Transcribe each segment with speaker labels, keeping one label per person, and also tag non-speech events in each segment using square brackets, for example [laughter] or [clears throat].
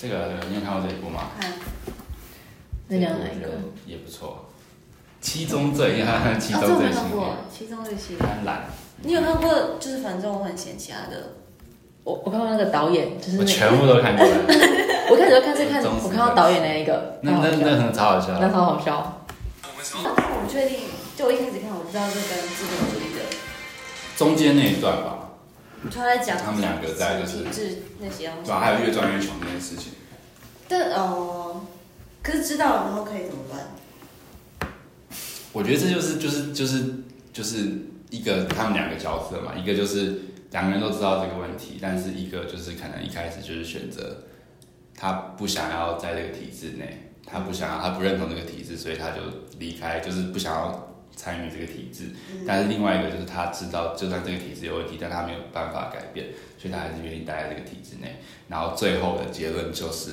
Speaker 1: 这个你有看过这一部吗？
Speaker 2: 看
Speaker 1: 这
Speaker 3: 那
Speaker 1: 部
Speaker 3: 讲
Speaker 1: 我
Speaker 3: 哪一
Speaker 1: 觉
Speaker 3: 个哦
Speaker 1: 得？也不错，《七宗罪》，你看《七
Speaker 2: 啊，
Speaker 1: 宗
Speaker 2: 这我
Speaker 1: 罪
Speaker 2: 没》
Speaker 1: 系
Speaker 2: 看过
Speaker 1: 列，
Speaker 2: 《七宗罪》系列。
Speaker 1: 贪婪，
Speaker 2: 你有看过？就是反正我很嫌弃他的，
Speaker 3: 我我看过那个导演，就是
Speaker 1: 我
Speaker 3: 那
Speaker 1: 哦全部都看过了。
Speaker 3: [laughs] 我开始就看是看
Speaker 1: 忠实
Speaker 3: 我看到导演那一个，
Speaker 1: 那
Speaker 3: 太好
Speaker 1: 那
Speaker 3: 笑
Speaker 1: 那很超好笑
Speaker 3: 那，超好笑。
Speaker 2: 但我不确定。就我一开始看，我不知道是跟资本主义的，
Speaker 1: 中间那一段吧，
Speaker 2: 就他在讲
Speaker 1: 他们两个在就是
Speaker 2: 体制那些东
Speaker 1: 对
Speaker 2: 西
Speaker 1: 吧？。还有越赚越穷这件事情，
Speaker 2: 但哦，可是知道了，然后可以怎么办？
Speaker 1: 我觉得这就是就是就是就是一个他们两个角色嘛，一个就是两个人都知道这个问题，但是一个就是可能一开始就是选择他不想要在这个体制内，他不想要他不认同这个体制，所以他就离开，就是不想要参与这个体制。但是另外一个就是他知道，就算这个体制有问题，但他没有办法改变，所以他还是愿意待在这个体制内。然后最后的结论就是，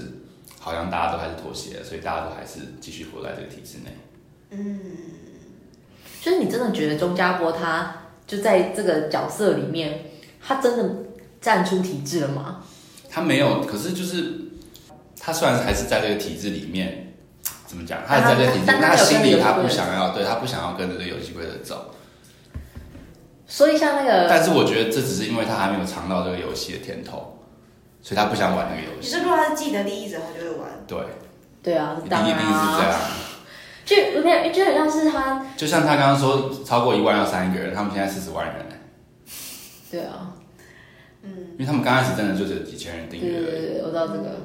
Speaker 1: 好像大家都还是妥协了，所以大家都还是继续活在这个体制内。
Speaker 3: 就是你真的觉得钟家波他就在这个角色里面，他真的站出体制了吗？
Speaker 1: 他没有，可是就是他虽然还是在这个体制里面，怎么讲？他还
Speaker 3: 但他
Speaker 1: 是在这个体制，
Speaker 3: 但他
Speaker 1: 但他
Speaker 3: 没有
Speaker 1: 心
Speaker 3: 跟着
Speaker 1: 里
Speaker 3: 游戏
Speaker 1: 他
Speaker 3: 规
Speaker 1: 不
Speaker 3: 则
Speaker 1: 想要，对他不想要跟着这个游戏规则走。
Speaker 3: 所以像那个
Speaker 1: 但是我觉得这只是因为他还没有尝到这个游戏的甜头，所以他不想玩那个游
Speaker 2: 你
Speaker 1: 戏。
Speaker 2: 是如果他是既得利益者，他就会玩。
Speaker 1: 对，
Speaker 3: 对啊
Speaker 1: 一，定
Speaker 3: 当
Speaker 1: 一定
Speaker 3: 然
Speaker 1: 是这
Speaker 3: 啊，
Speaker 1: 样。
Speaker 3: 就有点就很像是他
Speaker 1: 就像他刚刚说，超过一万要三个人，他们现在四十万人了，
Speaker 3: 对啊，
Speaker 1: 因为他们刚开始真的就只有几千人
Speaker 3: 对
Speaker 1: 订阅
Speaker 3: 对
Speaker 1: 而
Speaker 3: 对
Speaker 1: 已。
Speaker 3: 对，我知道这个。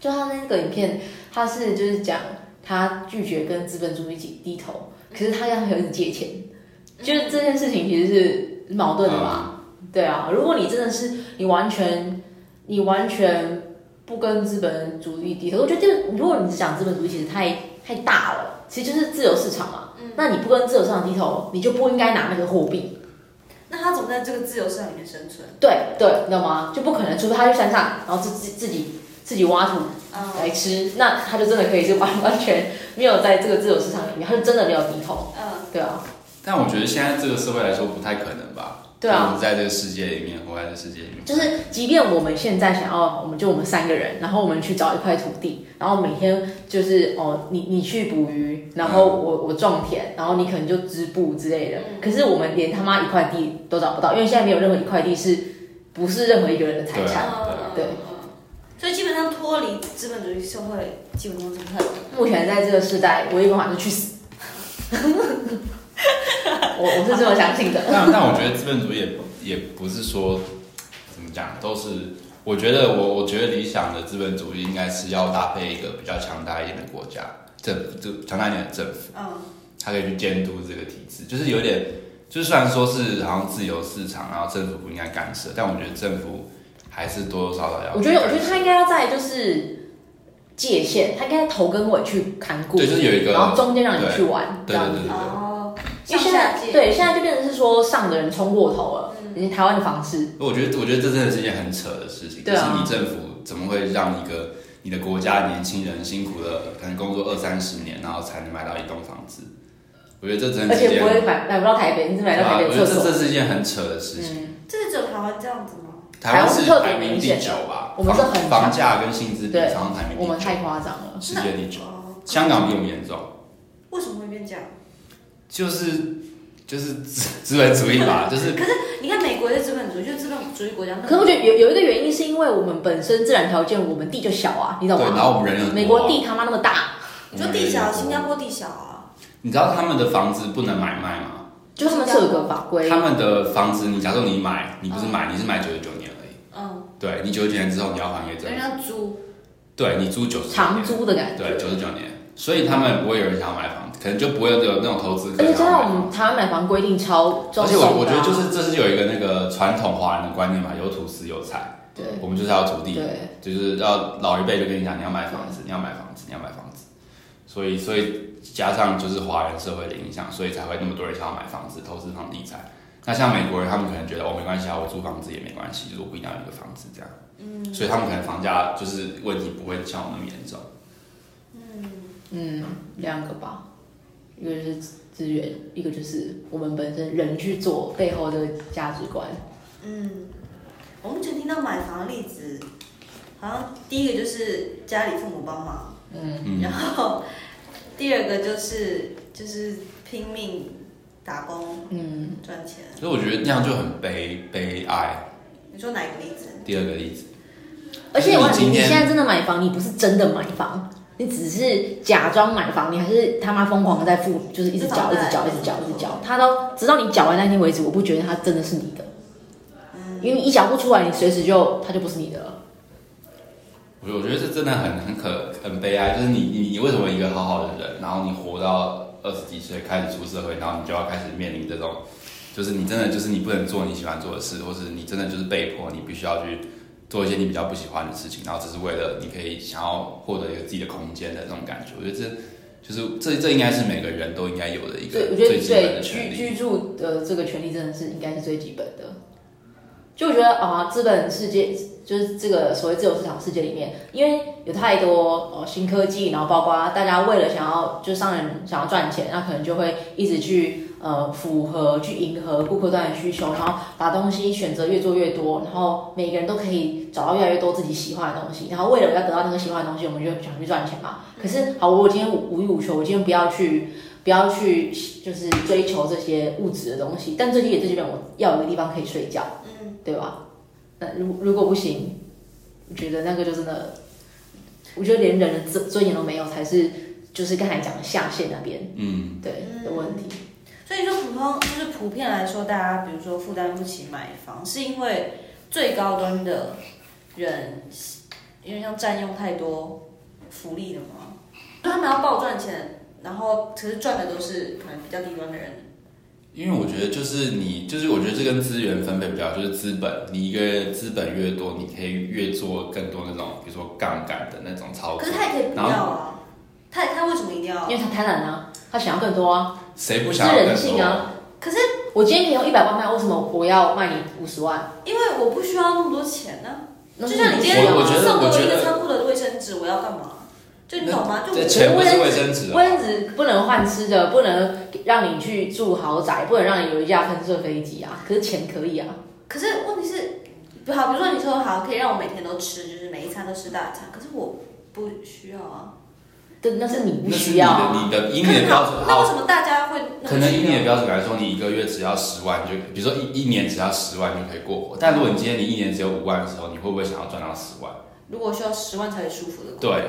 Speaker 3: 就他那个影片，他是就是讲他拒绝跟资本主义低低头，可是他要和你借钱，就是这件事情其实是矛盾的吧？对啊，如果你真的是你完全你完全不跟资本主义低头，我觉得这个如果你只讲资本主义，其实太太大了，其实就是自由市场嘛。那你不跟自由市场低头，你就不应该拿那个货币。
Speaker 2: 那他怎么在这个自由市场里面生存？
Speaker 3: 对对，你懂吗？就不可能，除非他去山上，然后自自自己自己挖土
Speaker 2: 嗯
Speaker 3: 来吃，那他就真的可以是完完全没有在这个自由市场里面，他就真的没有低头，
Speaker 2: 嗯，
Speaker 3: 对啊，
Speaker 1: 但我觉得现在这个社会来说不太可能吧？
Speaker 3: 对啊
Speaker 1: 我们在这个世界里面，活在这个世界里面，
Speaker 3: 就是即便我们现在想要，我们就我们三个人，然后我们去找一块土地，然后每天就是哦，你你去捕鱼，然后我我种田，然后你可能就织布之类的，
Speaker 1: 嗯
Speaker 3: 可是我们连他妈一块地都找不到，因为现在没有任何一块地是不是任何一个人的财
Speaker 1: 对
Speaker 3: 产，
Speaker 2: 哦
Speaker 1: 啊
Speaker 3: 对
Speaker 2: 所以基本上脱离资本主义社会，基本上是不太可能。
Speaker 3: 目前在这个时代，唯一办法就去
Speaker 1: [laughs]
Speaker 3: 死。 [laughs] 我我是这么相信的。
Speaker 1: 但但我觉得资本主义也不也不是说怎么讲，都是我觉得我我觉得理想的资本主义应该是要搭配一个比较强大一点的国家政府，就强大一点的政府，
Speaker 2: 嗯
Speaker 1: 它可以去监督这个体制，就是有点，就是虽然说是好像自由市场，然后政府不应该干涉，但我觉得政府还是多多少少要
Speaker 3: 我
Speaker 1: 去
Speaker 3: 觉
Speaker 1: 干
Speaker 3: 得，
Speaker 1: 涉。
Speaker 3: 我觉得他应该要在就是界限，他应该头跟尾去看顾，
Speaker 1: 对，就是有一个
Speaker 3: 然后中间让你去玩，
Speaker 1: 对对对对对。
Speaker 2: 哦，
Speaker 3: 这样子因为现在对现在就变成是说上的人冲过头了，已经台湾的房市，
Speaker 1: 我觉得，我觉得这真的是一件很扯的事情，
Speaker 3: 对啊
Speaker 1: 就是你政府怎么会让一个你的国家年轻人辛苦了，可能工作二三十年，然后才能买到一栋房子？我觉得这真的
Speaker 3: 而
Speaker 1: 是一
Speaker 3: 且
Speaker 1: 件，
Speaker 3: 不会买买不到台北，你只买
Speaker 1: 对
Speaker 3: 到
Speaker 1: 啊
Speaker 3: 台北
Speaker 1: 我
Speaker 3: 的
Speaker 1: 觉得
Speaker 3: 厕
Speaker 1: 这
Speaker 3: 所。
Speaker 1: 这是一件很扯的事情。
Speaker 3: 嗯，
Speaker 2: 这是只有台湾这样子吗？
Speaker 1: 台湾
Speaker 3: 台湾
Speaker 1: 是
Speaker 3: 是特别
Speaker 1: 排名
Speaker 3: 明
Speaker 1: 第
Speaker 3: 显
Speaker 1: 九吧，
Speaker 3: 我们是很
Speaker 1: 房房价跟薪资比
Speaker 3: 对
Speaker 1: 常常排名
Speaker 3: 我们
Speaker 1: 第
Speaker 3: 太
Speaker 1: 九，
Speaker 3: 夸张了。
Speaker 1: 世界第九，
Speaker 2: 哦，
Speaker 1: 香港比我们严重，
Speaker 2: 为什么会变这样？
Speaker 1: 就是就是资资本主义
Speaker 3: [laughs]
Speaker 1: 吧，就是
Speaker 2: 你看美国的资本主义，就是资本主义国家那么，
Speaker 3: 可是我觉得有有一个原因是因为我们本身自然条件，我们地就小啊，你
Speaker 1: 对，
Speaker 3: 懂
Speaker 1: 然
Speaker 3: 吗？
Speaker 1: 后我们人又多
Speaker 3: 美国地他妈那么大，
Speaker 2: 你说地小，新加，坡地小啊，
Speaker 1: 你知道他们的房子不能买卖吗？
Speaker 3: 就他们是有个法规
Speaker 1: 他，们的房子，你假设你买，你不是买，你是买九十九年而已。
Speaker 3: 哦
Speaker 2: 嗯，
Speaker 1: 对你九十九年之后你要还给政
Speaker 2: 人
Speaker 1: 府，
Speaker 2: 家租，
Speaker 1: 对你租九十
Speaker 3: 长租的感觉。
Speaker 1: 对九十九年，所以他们不会有人想要买房子，可能就不会有那种投资
Speaker 3: 而
Speaker 1: 客
Speaker 3: 且
Speaker 1: 想
Speaker 3: 加
Speaker 1: 要
Speaker 3: 上我
Speaker 1: 买房
Speaker 3: 们
Speaker 1: 子。
Speaker 3: 台湾买房规定超超
Speaker 1: 啊而且
Speaker 3: 松
Speaker 1: 我我
Speaker 3: 的
Speaker 1: 觉
Speaker 3: 啊
Speaker 1: 得就是这是有一个那个传统华人的观念嘛，有土是有财，
Speaker 3: 啊对
Speaker 1: 我们就是要土地，
Speaker 3: 对，
Speaker 1: 就是要老一辈就跟你讲你要买房子，你要买房子，你要买房子，所以所以加上就是华人社会的影响，所以才会那么多人想要买房子，投资房地产。那像美国人，他们可能觉得哦没关系啊，我租房子也没关系，就是我不一定要有一个房子这样，嗯，所以他们可能房价就是问题不会像我们那么严重。
Speaker 3: 嗯，两个吧，一个就是资源，一个就是我们本身人去做背后的价值观。
Speaker 2: 嗯，我目前听到买房的例子，好好像第一个就是家里父母帮忙，
Speaker 3: 嗯，
Speaker 1: 嗯
Speaker 2: 然后第二个就是就是拼命打工
Speaker 3: 嗯，
Speaker 2: 赚钱。
Speaker 1: 所以我觉得那样就很悲悲哀。
Speaker 2: 你说哪一个例子？
Speaker 1: 第二个例子，
Speaker 3: 而且我
Speaker 1: 你今
Speaker 3: 你
Speaker 1: 天
Speaker 3: 现在真的买房，你不是真的买房，你只是假装买房，你还是他妈疯狂的在付，就是一直缴，一直缴，一直缴，一直缴，他到直到你缴完那天为止，我不觉得他真的是你的，因为你一缴不出来，你随时就他就不是你的了。
Speaker 1: 我觉我觉得这真的很很可很悲哀，就是你你你为什么一个好好的人，然后你活到二十几岁开始出社会，然后你就要开始面临这种，就是你真的就是你不能做你喜欢做的事，或是你真的就是被迫你必须要去做一些你比较不喜欢的事情，然后只是为了你可以想要获得一个自己的空间的这种感觉。我觉得这就是这这应该是每个人都应该有的一
Speaker 3: 所以
Speaker 1: 个
Speaker 3: 我觉得
Speaker 1: 最基本
Speaker 3: 对
Speaker 1: 的权
Speaker 3: 居
Speaker 1: 利。
Speaker 3: 居住的这个权利真的是应该是最基本的。就我觉得啊，资本世界就是这个所谓自由市场世界里面，因为有太多呃新科技，然后包括大家为了想要就商人想要赚钱，那可能就会一直去呃符合去迎合顾客端的需求，然后把东西选择越做越多，然后每个人都可以找到越来越多自己喜欢的东西，然后为了要得到那个喜欢的东西，我们就想去赚钱嘛。可是好，我今天无无欲无求，我今天不要去不要去就是追求这些物质的东西，但最低也最基本，我要有一个地方可以睡觉，
Speaker 2: 嗯，
Speaker 3: 对吧？那如如果不行，我觉得那个就真的，我觉得连人的尊尊严都没有，才是就是刚才讲的下限那边
Speaker 1: 嗯，
Speaker 3: 对
Speaker 2: 嗯
Speaker 3: 的问题。
Speaker 2: 所以说普通就是普遍来说，大家比如说负担不起买房，是因为最高端的人有点像占用太多福利了吗？就他们要暴赚钱，然后可是赚的都是可能比较低端的人。
Speaker 1: 因为我觉得就是你，就是我觉得这跟资源分配比较，就是资本，你一个资本越多，你可以越做更多那种，比如说杠杆的那种操
Speaker 2: 可是。
Speaker 1: 作
Speaker 2: 他也可以不要
Speaker 1: 然
Speaker 2: 啊，他他为什么一定要
Speaker 3: 因？为他贪婪啊，他想要更多啊，
Speaker 1: 谁
Speaker 3: 这
Speaker 1: 不
Speaker 3: 是
Speaker 1: 想要
Speaker 3: 人
Speaker 1: 更
Speaker 3: 性
Speaker 1: 多？
Speaker 3: 啊。
Speaker 2: 可是
Speaker 3: 我今天可以用一百万卖，为什么我要卖你五十万？
Speaker 2: 因为我不需要那么多钱呢、
Speaker 3: 那
Speaker 2: 就是像你今
Speaker 1: 需
Speaker 2: 天
Speaker 1: 要
Speaker 2: 送
Speaker 3: 啊
Speaker 1: 我我觉得
Speaker 2: 我
Speaker 1: 我觉
Speaker 2: 一
Speaker 1: 得
Speaker 2: 个仓库的卫生纸，我要干嘛？就你懂吗？就
Speaker 1: 这
Speaker 2: 我
Speaker 1: 钱不是卫生纸、
Speaker 3: 卫
Speaker 1: 哦，
Speaker 3: 生纸不能换吃的，不能让你去住豪宅，不能让你有一架喷射飞机啊。可是钱可以啊。
Speaker 2: 可是问题是，好，比如说你说好，可以让我每天都吃，就是每一餐都吃大餐，可是我不需要啊。
Speaker 3: 对，那是你不
Speaker 1: 那是
Speaker 3: 需
Speaker 1: 你
Speaker 3: 要
Speaker 1: 的，
Speaker 3: 啊。
Speaker 1: 你的以
Speaker 2: 可
Speaker 1: 你
Speaker 2: 是
Speaker 1: 的标准
Speaker 2: 那为
Speaker 1: 好，
Speaker 2: 什么大家会那么
Speaker 1: 可能以
Speaker 2: 需
Speaker 1: 你的
Speaker 2: 要？
Speaker 1: 标准来说，你一个月只要十万就，比如说一一年只要十万就可以过活。但如果你今天你一年只有五万的时候，你会不会想要赚到十万？
Speaker 2: 如果需要十万才会舒服的工作，
Speaker 1: 对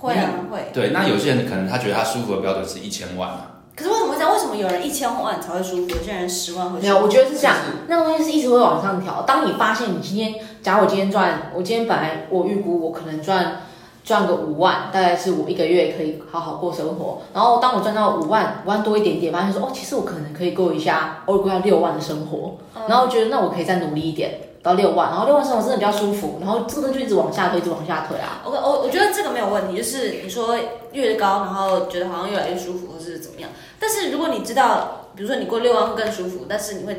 Speaker 2: 会啊会。
Speaker 1: 对，那有些人可能他觉得他舒服的标准是一千万啊，
Speaker 2: 可是为什么会这样？为什么有人一千万才会舒服，有些人十万会舒服？
Speaker 3: 没有，我觉得是这样，那东西是一直会往上调。当你发现你今天，假如我今天赚，我今天本来我预估我可能赚赚个五万，大概是我一个月可以好好过生活。然后当我赚到五万，五万多一点点，发现说哦，其实我可能可以过一下，我过到六万的生活。
Speaker 2: 嗯
Speaker 3: 然后我觉得那我可以再努力一点，到六万，然后六万生活真的比较舒服。然后这个就一直往下推，一直往下推啊。
Speaker 2: 我我我觉得这个没有问题，就是你说越高，然后觉得好像越来越舒服，或是怎么样。但是如果你知道，比如说你过六万会更舒服，但是你会，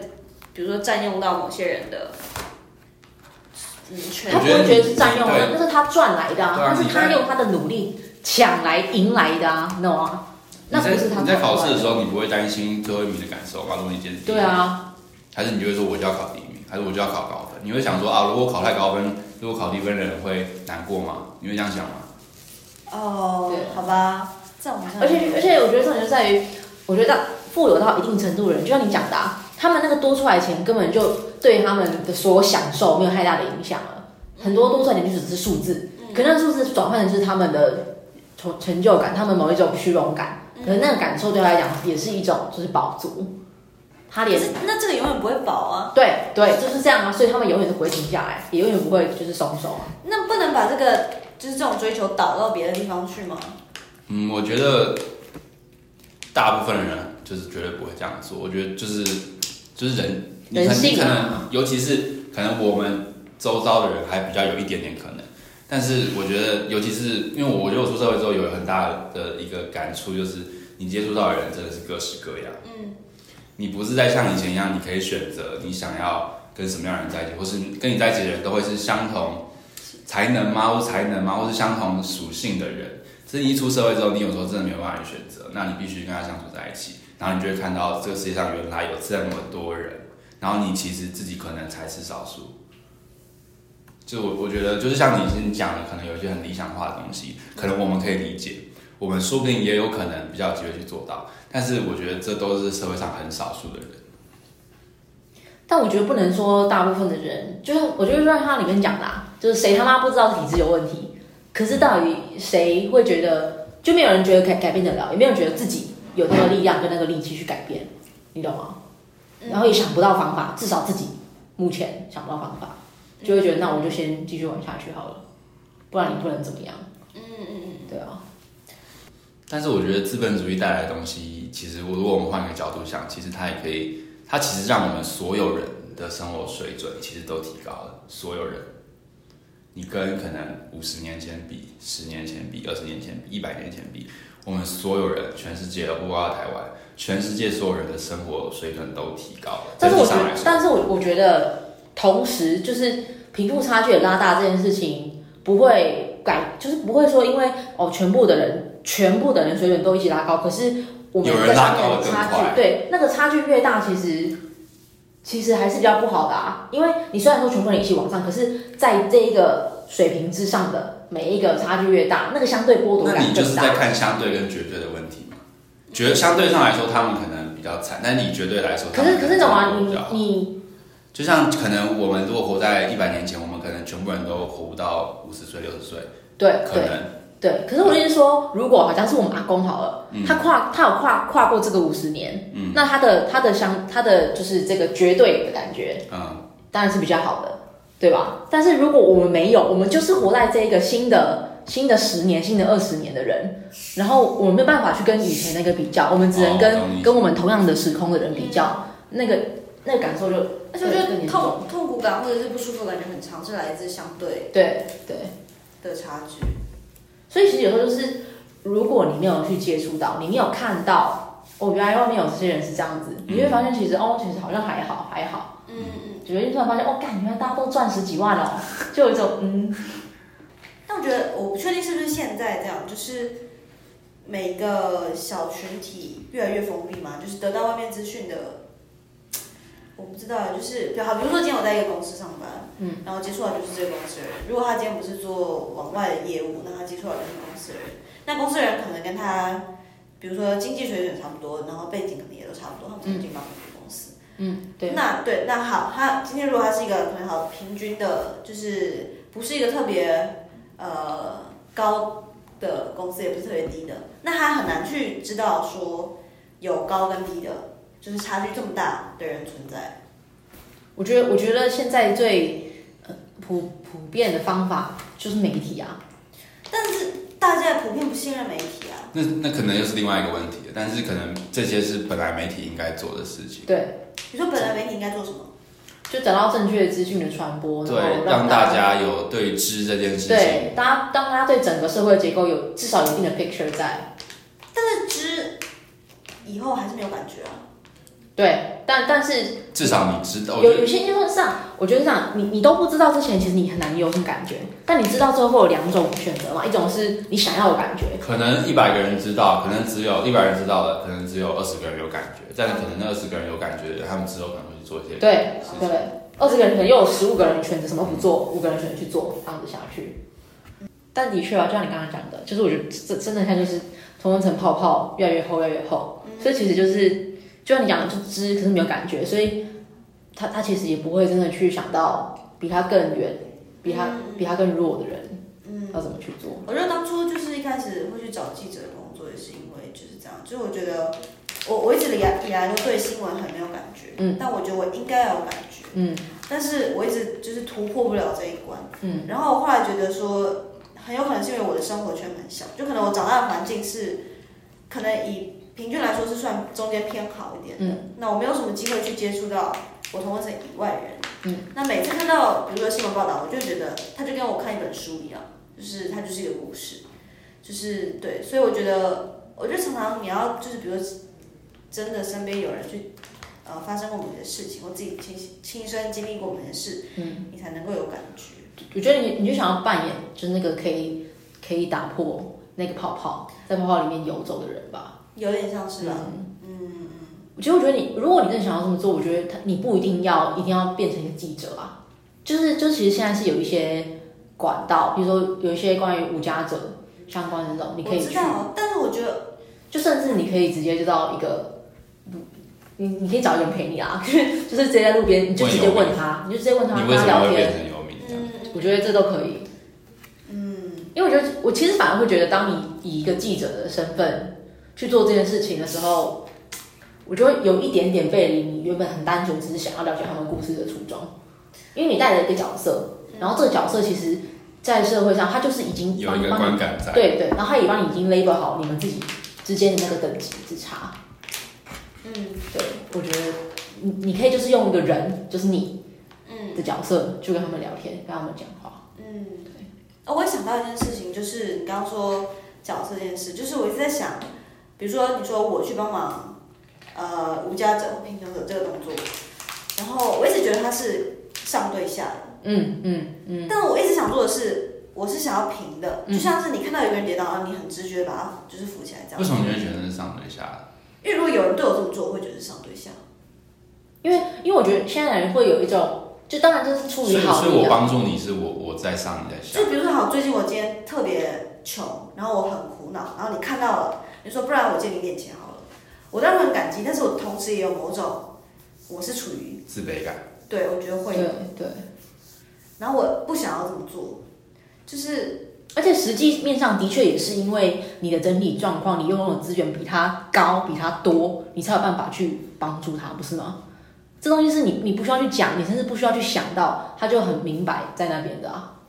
Speaker 2: 比如说占用到某些人的，嗯，权
Speaker 3: 他不
Speaker 1: 我
Speaker 2: 利。
Speaker 1: 觉得
Speaker 3: 会
Speaker 1: 你
Speaker 3: 觉得是占用的，
Speaker 1: 对
Speaker 3: 那是他赚来的啊，
Speaker 1: 对啊
Speaker 3: 那是他
Speaker 1: 你在
Speaker 3: 用他的努力抢来赢来的啊，你懂吗？那不
Speaker 1: 你在
Speaker 3: 是他
Speaker 1: 你在
Speaker 3: 赚
Speaker 1: 考
Speaker 3: 来
Speaker 1: 试的时候，你不会担心最后一名的感受吗？如果你今天是第
Speaker 3: 对
Speaker 1: 一名，
Speaker 3: 啊，
Speaker 1: 还是你就会说我就要考第一名，还是我就要考高分？你会想说啊，如果我考太高分，如果考低分的人会难过吗？你会这样想吗？
Speaker 2: 哦
Speaker 3: 对，
Speaker 2: 好吧，这样好像
Speaker 3: 而且而且我觉得重点就在于，我觉得到富有到一定程度的人，就像你讲的、啊，他们那个多出来的钱根本就对他们的所有享受没有太大的影响了，很多多出来的钱就只是数字，可那个数字转换的是他们的成成就感，他们某一种虚荣感，可是那个感受对他来讲也是一种就是饱足，他
Speaker 2: 可
Speaker 3: 连
Speaker 2: 是那这个永远不会保啊，
Speaker 3: 对对，就是这样啊，所以他们永远都不会停下来，也永远不会就是松手啊。
Speaker 2: 那不能把这个就是这种追求导到别的地方去吗？
Speaker 1: 嗯，我觉得大部分的人就是绝对不会这样做。我觉得就是就是人，你可
Speaker 3: 人
Speaker 1: 能你
Speaker 3: 性
Speaker 1: 可
Speaker 3: 啊
Speaker 1: 能，尤其是可能我们周遭的人还比较有一点点可能，但是我觉得，尤其是因为我我觉得我出社会之后有很大的一个感触，就是你接触到的人真的是各式各样。
Speaker 2: 嗯，
Speaker 1: 你不是在像以前一样，你可以选择你想要跟什么样的人在一起，或是跟你在一起的人都会是相同才能吗，或才能吗，或是相同属性的人。这一出社会之后，你有时候真的没有办法去选择，那你必须跟他相处在一起，然后你就会看到这个世界上原来有这么多人，然后你其实自己可能才是少数。就我我觉得就是像你你讲的，可能有一些很理想化的东西，可能我们可以理解，我们说不定也有可能比较有机会去做到，但是我觉得这都是社会上很少数的人。
Speaker 3: 但我觉得不能说大部分的人，就是我觉得就像他里面讲的、啊，就是谁他妈不知道体质有问题，可是到底谁会觉得，就没有人觉得改改变得了，也没有人觉得自己有那个力量跟那个力气去改变，你懂
Speaker 2: 嗯
Speaker 3: 吗？然后也想不到方法，至少自己目前想不到方法，就会觉得那我就先继续玩下去好了，不然你不能怎么样，
Speaker 2: 嗯嗯嗯，
Speaker 3: 对啊，
Speaker 1: 但是我觉得资本主义带来的东西，其实我如果我们换一个角度想，其实它也可以，它其实让我们所有人的生活水准其实都提高了，所有人。你跟可能五十年前比、十年前比、二十年前比、一百年前比，我们所有人，全世界包括台湾，全世界所有人的生活水准都提高了。
Speaker 3: 但是我觉
Speaker 1: 整
Speaker 3: 得
Speaker 1: 体上来，说
Speaker 3: 但是我我觉得，同时就是贫富差距的拉大这件事情不会改，就是不会说因为哦全部的人全部的人水准都一起拉高，可是我们
Speaker 1: 有人
Speaker 3: 在上
Speaker 1: 拉
Speaker 3: 面
Speaker 1: 高
Speaker 3: 的
Speaker 1: 得更
Speaker 3: 差
Speaker 1: 快
Speaker 3: 距，对那个差距越大，其实其实还是比较不好的啊。因为你虽然说全部人一起往上，可是在这一个水平之上的每一个差距越大，那个相对剥夺
Speaker 1: 那
Speaker 3: 感
Speaker 1: 你就是
Speaker 3: 更
Speaker 1: 在
Speaker 3: 大。
Speaker 1: 看相对跟绝对的问题嘛？绝相对上来说，他们可能比较惨，但你绝对来说，
Speaker 3: 可是可是你
Speaker 1: 怎
Speaker 3: 懂
Speaker 1: 么
Speaker 3: 吗？你你
Speaker 1: 就像可能我们如果活在一百年前，我们可能全部人都活不到五十岁、六十岁，
Speaker 3: 对
Speaker 1: 可
Speaker 3: 对。
Speaker 1: 能
Speaker 3: 对，可是我的意思是说，如果好像是我们阿公好了，
Speaker 1: 嗯
Speaker 3: 他跨他有跨跨过这个五十年，那他的他的相他的就是这个绝对的感觉，
Speaker 1: 嗯，
Speaker 3: 当然是比较好的，对吧？但是如果我们没有，我们就是活在这一个新的新的十年、新的二十年的人，然后我们没有办法去跟以前那个比较，我们只能跟、
Speaker 1: 哦懂你意思
Speaker 3: 跟我们同样的时空的人比较，那个那个感受就
Speaker 2: 而且我觉
Speaker 3: 更
Speaker 2: 得
Speaker 3: 严
Speaker 2: 痛痛苦感或者是不舒服感觉很常是来自相对
Speaker 3: 对对。
Speaker 2: 的差距。
Speaker 3: 所以其实有时候就是，如果你没有去接触到，你没有看到，哦，原来外面有这些人是这样子，
Speaker 1: 嗯
Speaker 3: 你就会发现其实、哦，其实好像还好还好，
Speaker 2: 嗯嗯。
Speaker 3: 就会突然发现哦，干，原来大家都赚十几万
Speaker 1: [laughs]
Speaker 3: 哦，就有一种嗯，
Speaker 2: 但我觉得我不确定是不是现在这样，就是每个小群体越来越封闭嘛，就是得到外面资讯的，我不知道，就是比好，比如说今天我在一个公司上班，
Speaker 3: 嗯，
Speaker 2: 然后接触到就是这个公司的人，如果他今天不是做往外的业务，那他接触到就是公司的人，那公司的人可能跟他，比如说经济水准差不多，然后背景可能也都差不多，他们曾经帮公司。
Speaker 3: 嗯，对，
Speaker 2: 那对，那好，他今天如果他是一个可能好平均的，就是不是一个特别呃高的公司，也不是特别低的，那他很难去知道说有高跟低的，就是差距这么大的人存在。
Speaker 3: 我觉得我觉得现在最、呃普普遍的方法就是媒体啊，
Speaker 2: 但是大家也普遍不信任媒体啊，
Speaker 1: 那那可能又是另外一个问题了。但是可能这些是本来媒体应该做的事情，
Speaker 3: 对，
Speaker 2: 你说本来媒体应该做什么？
Speaker 3: 就找到正确的资讯的传播，然后
Speaker 1: 对，
Speaker 3: 让
Speaker 1: 让大家有对知这件事情。
Speaker 3: 对大家让大家对整个社会结构有至少有一定的 picture 在，
Speaker 2: 但是知以后还是没有感觉啊。
Speaker 3: 对，但但是
Speaker 1: 至少你知道，我觉
Speaker 3: 有
Speaker 1: 得
Speaker 3: 有些阶段上，我觉得这样，你你都不知道之前，其实你很难有这种感觉。但你知道之后，会有两种选择嘛，一种是你想要的感觉，
Speaker 1: 可能一百个人知道，可能只有一百人知道的，可能只有二十个人有感觉，但可能那二十个人有感觉的人，他们之后可能会去做一些
Speaker 3: 对
Speaker 1: 是
Speaker 3: 对，二十个人可能又有十五个人选择什么不做，五个人选择去做，这样子下去。但的确啊，就像你刚刚讲的，就是我觉得这真的它就是同温层泡泡越来越厚，越来越厚，所以其实就是就像你讲的，就知可是没有感觉，所以他他其实也不会真的去想到比他更远、比他比他更弱的人
Speaker 2: 嗯，
Speaker 3: 要怎么去做。
Speaker 2: 我觉得当初就是一开始会去找记者的工作，也是因为就是这样，就是我觉得我我一直以来以来都对新闻很没有感觉，
Speaker 3: 嗯，
Speaker 2: 但我觉得我应该要有感觉，
Speaker 3: 嗯，
Speaker 2: 但是我一直就是突破不了这一关，
Speaker 3: 嗯，
Speaker 2: 然后我后来觉得说，很有可能是因为我的生活圈很小，就可能我长大的环境是，可能以平均来说是算中间偏好一点的，
Speaker 3: 嗯
Speaker 2: 那我没有什么机会去接触到我同温层以外的人，
Speaker 3: 嗯，
Speaker 2: 那每次看到比如说新闻报道，我就觉得它就跟我看一本书一样，就是它就是一个故事，就是对，所以我觉得，我觉得常常你要就是比如说真的身边有人去。呃，发生过某些事情，或自己亲亲身经历过某些事，嗯，你才能够有感觉。
Speaker 3: 我觉得你你就想要扮演就是那个可以可以打破那个泡泡，在泡泡里面游走的人吧。
Speaker 2: 有点像是吧？
Speaker 3: 嗯我觉得，我觉得你，如果你真的想要这么做，我觉得他你不一定要一定要变成一个记者啊，就是就其实现在是有一些管道，比如说有一些关于无家者相关的那种，你可以
Speaker 2: 我知
Speaker 3: 去，
Speaker 2: 道，但是我觉得
Speaker 3: 就甚至你可以直接就到一个，你你可以找一个人陪你啊， [laughs] 就是直接在路边你就直接问他，你就直接问他，
Speaker 1: 你
Speaker 3: 跟
Speaker 1: 为
Speaker 3: 他
Speaker 1: 什么
Speaker 3: 聊天，
Speaker 1: 会变成游民这样？
Speaker 2: 嗯
Speaker 3: 我觉得这都可以。
Speaker 2: 嗯
Speaker 3: 因为我觉得我其实反而会觉得，当你以一个记者的身份去做这件事情的时候，我就会有一点点背离你原本很单纯只是想要了解他们故事的初衷，因为你带了一个角色，
Speaker 2: 嗯
Speaker 3: 然后这个角色其实，在社会上他就是已经
Speaker 1: 有
Speaker 3: 帮
Speaker 1: 一个
Speaker 3: 帮你
Speaker 1: 观感在，
Speaker 3: 对对，然后他也帮你已经 label 好你们自己之间的那个等级之差。
Speaker 2: 嗯
Speaker 3: 对，我觉得你你可以就是用一个人，就是你
Speaker 2: 嗯
Speaker 3: 的角色去跟他们聊天，跟他们讲话。
Speaker 2: 嗯，哦，我也想到一件事情，就是你刚刚说角色这件事，就是我一直在想，比如说你说我去帮忙，呃，无家者或贫穷者这个动作，然后我一直觉得他是上对下的，
Speaker 3: 嗯嗯嗯，
Speaker 2: 但我一直想做的是，我是想要平的，
Speaker 3: 嗯
Speaker 2: 就像是你看到有个人跌倒，然后你很直觉地把他就是扶起来这
Speaker 1: 为
Speaker 2: 样。
Speaker 1: 什么你会觉得是上对下？
Speaker 2: 因为如果有人对我这么做，我会觉得是上对下。
Speaker 3: 因为因为我觉得现在的人会有一种，就当然就是
Speaker 1: 所
Speaker 3: 出于
Speaker 1: 以，
Speaker 3: 好
Speaker 1: 所以
Speaker 3: 意
Speaker 1: 我
Speaker 3: 啊，
Speaker 1: 帮助你是我我在上你在下
Speaker 2: 就，比如说，好，最近我今天特别穷，然后我很苦恼，然后你看到了，你说不然我借你一点钱好了，我当然会很感激，但是我同时也有某种，我是处于
Speaker 1: 自卑感。
Speaker 2: 对我觉得会
Speaker 3: 对
Speaker 2: 有，
Speaker 3: 对，
Speaker 2: 然后我不想要这么做，就是
Speaker 3: 而且实际面上的确也是因为你的整体状况，你拥有的资源比他高，比他多，你才有办法去帮助他，不是吗？这东西是你你不需要去讲，你甚至不需要去想到，他就很明白在那边的啊。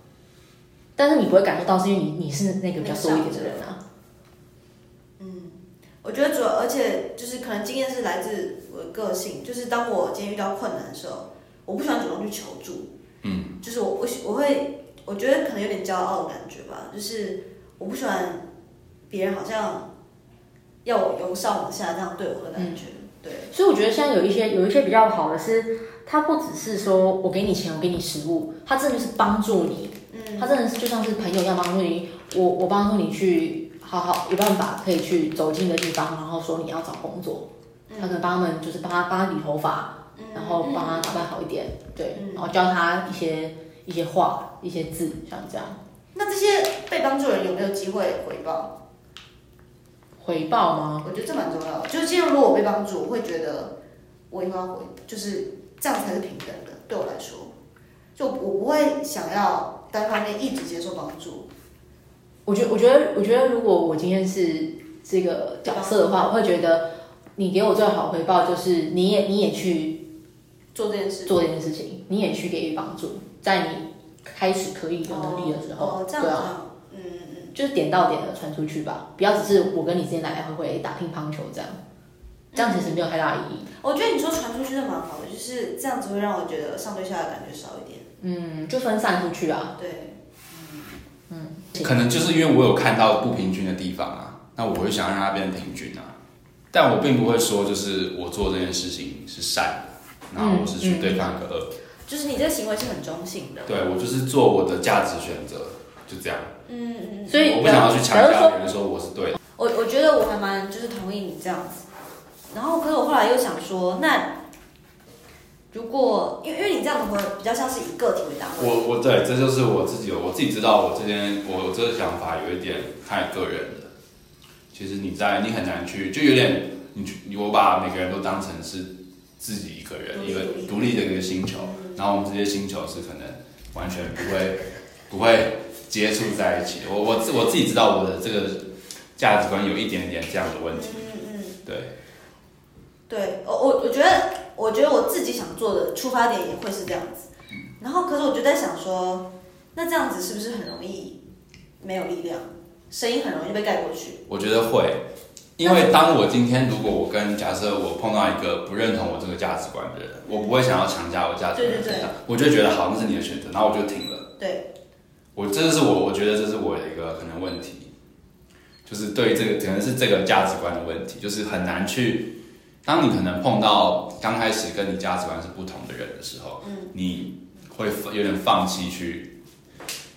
Speaker 3: 但是你不会感受到，是因为你你是那个比较多一点的人啊。
Speaker 2: 我觉得主要，而且就是可能经验是来自我的个性，就是当我今天遇到困难的时候，我不喜欢主动去求助，
Speaker 1: 嗯，
Speaker 2: 就是我我喜我会，我觉得可能有点骄傲的感觉吧，就是我不喜欢别人好像要我由上往下这样对我的感觉，对，
Speaker 3: 所以我觉得现在有一些有一些比较好的是，他不只是说我给你钱，我给你食物，他真的是帮助你
Speaker 2: 嗯
Speaker 3: 他真的是就像是朋友一样帮助你，我我帮助你去好好有办法可以去走进一个地方，然后说你要找工作，他可能帮他们就是帮他帮他理头发，然后帮他打扮好一点，对，然后教他一些一些话一些字，像这样
Speaker 2: 那这些被帮助的人有没有机会回报？
Speaker 3: 回报吗？
Speaker 2: 我觉得这蛮重要的，就是今天如果我被帮助，我会觉得我应该回，就是这样才是平等的，对我来说，就我不会想要单方面一直接受帮助。
Speaker 3: 我觉我觉得我觉得如果我今天是这个角色的话，我会觉得你给我最好的回报就是你也你也去
Speaker 2: 做这件事
Speaker 3: 做这件事情，你也去给予帮助，在你开始可以有能力的时候，
Speaker 2: 哦，这样
Speaker 3: 对啊。
Speaker 2: 啊，嗯
Speaker 3: 就是点到点的传出去吧，不要只是我跟你之间来来回回打乒乓球这样，这样其实没有太大意义。
Speaker 2: 嗯，我觉得你说传出去是蛮好的，就是这样子会让我觉得上对下的感觉少一点。
Speaker 3: 嗯，就分散出去啊。
Speaker 2: 对，
Speaker 1: 可能就是因为我有看到不平均的地方啊，那我会想让它变平均啊。但我并不会说，就是我做这件事情是善的，然后我是去对抗一个恶。
Speaker 2: 就是你这个行为是很中性的。
Speaker 1: 对我就是做我的价值选择，就这样。
Speaker 2: 嗯嗯嗯。
Speaker 3: 所以
Speaker 1: 我不想要去强
Speaker 3: 假如
Speaker 1: 加
Speaker 3: 说，
Speaker 1: 别人说我是对的。
Speaker 2: 我我觉得我还蛮就是同意你这样子，然后可是我后来又想说，那如果因为因为你这样子会比较像是以个体为单位，
Speaker 1: 我我对，这就是我自己，我自己知道我这件我这个想法有一点太个人了。其实你在你很难去，就有点你去我把每个人都当成是自己一个人，一个独立的一个星球。然后我们这些星球是可能完全不会不会接触在一起的。我我自我自己知道我的这个价值观有一点点这样的问题，
Speaker 2: 嗯嗯，
Speaker 1: 对，
Speaker 2: 对我我我觉得，我觉得我自己想做的出发点也会是这样子，
Speaker 1: 嗯
Speaker 2: 然后可是我就在想说，那这样子是不是很容易没有力量，声音很容易被盖过去？
Speaker 1: 我觉得会，因为当我今天如果我跟假设我碰到一个不认同我这个价值观的人，我不会想要强加我价值观
Speaker 2: 对对对
Speaker 1: 身上，我就会觉得好，那是你的选择，然后我就停了。
Speaker 2: 对，
Speaker 1: 我这就是我我觉得这是我的一个可能问题，就是对于这个可能是这个价值观的问题，就是很难去。当你可能碰到刚开始跟你价值观是不同的人的时候，
Speaker 2: 嗯
Speaker 1: 你会有点放弃去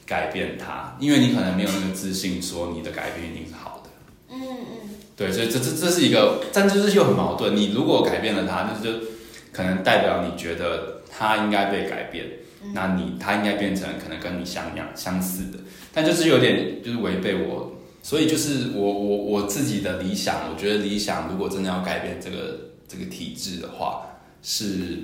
Speaker 1: 改变它，因为你可能没有那个自信，说你的改变一定是好的。
Speaker 2: 嗯嗯，
Speaker 1: 对，所以这这这是一个，但这就是又很矛盾。你如果改变了它，那就可能代表你觉得它应该被改变，那你他应该变成可能跟你相样相似的，但就是有点就是违背我，所以就是我我我自己的理想，我觉得理想如果真的要改变这个这个体制的话，是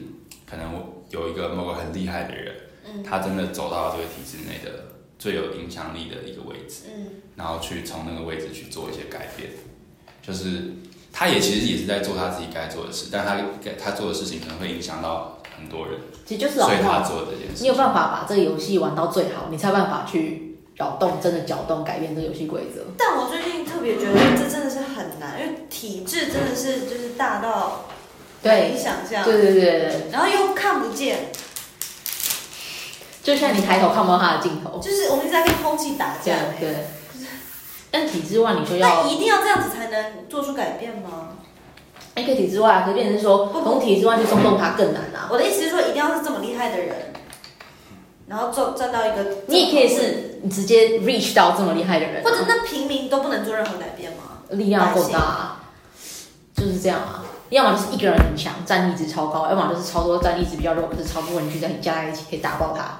Speaker 1: 可能我有一个某个很厉害的人，他真的走到这个体制内的最有影响力的一个位置。
Speaker 2: 嗯
Speaker 1: 然后去从那个位置去做一些改变，就是他也其实也是在做他自己该做的事，但他该他做的事情可能会影响到很多人，
Speaker 3: 其实就是老
Speaker 1: 所以他
Speaker 3: 话，
Speaker 1: 做这件事
Speaker 3: 你有办法把这个游戏玩到最好，你才有办法去扰动，真的搅动改变这个游戏规则。
Speaker 2: 但我最近特别觉得这真的是很难，因为体制真的是就是大到难以
Speaker 3: 对，
Speaker 2: 想象，
Speaker 3: 对对对对对，
Speaker 2: 然后又看不见，
Speaker 3: 就像你抬头看不到它的镜头，
Speaker 2: 就是我们一直在跟空气打
Speaker 3: 这
Speaker 2: 架、
Speaker 3: 样
Speaker 2: 欸。
Speaker 3: 对。但体制外你就要
Speaker 2: 那一定要这样子才能做出改变吗？
Speaker 3: 一个体制外，可是变成是说从体制外去松动它更难啊。
Speaker 2: 我的意思是说，一定要是这么厉害的人，然后做站到一个，
Speaker 3: 你也可以，是直接 reach 到这么厉害的人啊，
Speaker 2: 或者那平民都不能做任何改变吗？
Speaker 3: 力量够大、啊，就是这样啊。要么就是一个人很强，战力值超高；要么就是超多战力值比较弱，可是超多人聚在加在一起可以打爆他，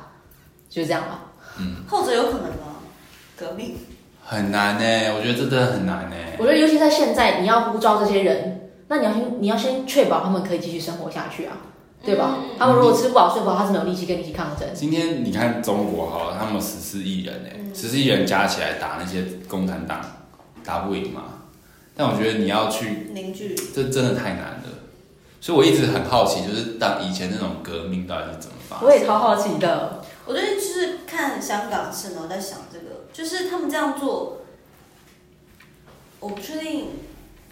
Speaker 3: 就是这样吧。
Speaker 2: 后者有可能吗？革命，
Speaker 1: 很难呢、我觉得真的很难呢、欸
Speaker 3: 我觉得尤其在现在，你要呼召这些人，那你要先你要先确保他们可以继续生活下去啊，对吧？
Speaker 2: 嗯
Speaker 3: 他们如果吃不饱睡不好，他是没有力气跟你一起抗争。
Speaker 1: 今天你看中国哈，他们有十四亿人呢、
Speaker 3: 嗯
Speaker 1: 十四亿人加起来打那些共产党，打不赢嘛。但我觉得你要去
Speaker 2: 凝聚，
Speaker 1: 这真的太难了，所以我一直很好奇，就是当以前那种革命到底是怎么发生
Speaker 3: 我也超好奇的，
Speaker 2: 我最近就是看香港事，然后在想这个，就是他们这样做，我不确定，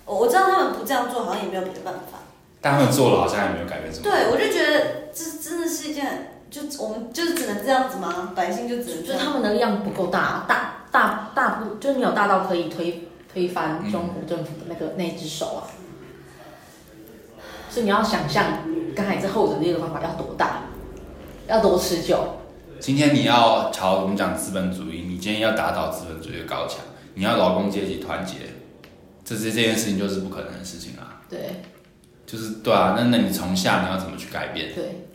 Speaker 2: 我我知道他们不这样做，好像也没有别的办法。
Speaker 1: 但他们做了好像也没有改变什么。
Speaker 2: 对，我就觉得这真的是一件，就我们就是只能这样子吗？百姓就只能这
Speaker 3: 就是
Speaker 2: 样？
Speaker 3: 他们的力量不够大，大大大不，就是没有大到可以推推翻中国政府的那个那只手啊。所以你要想象刚才这后者那个方法要多大，要多持久。
Speaker 1: 今天你要朝我们讲资本主义，你今天要打倒资本主义的高墙，你要劳工阶级团结，这这这件事情就是不可能的事情啊！
Speaker 3: 对
Speaker 1: 就是对啊，那那你从下你要怎么去改变？
Speaker 3: 对，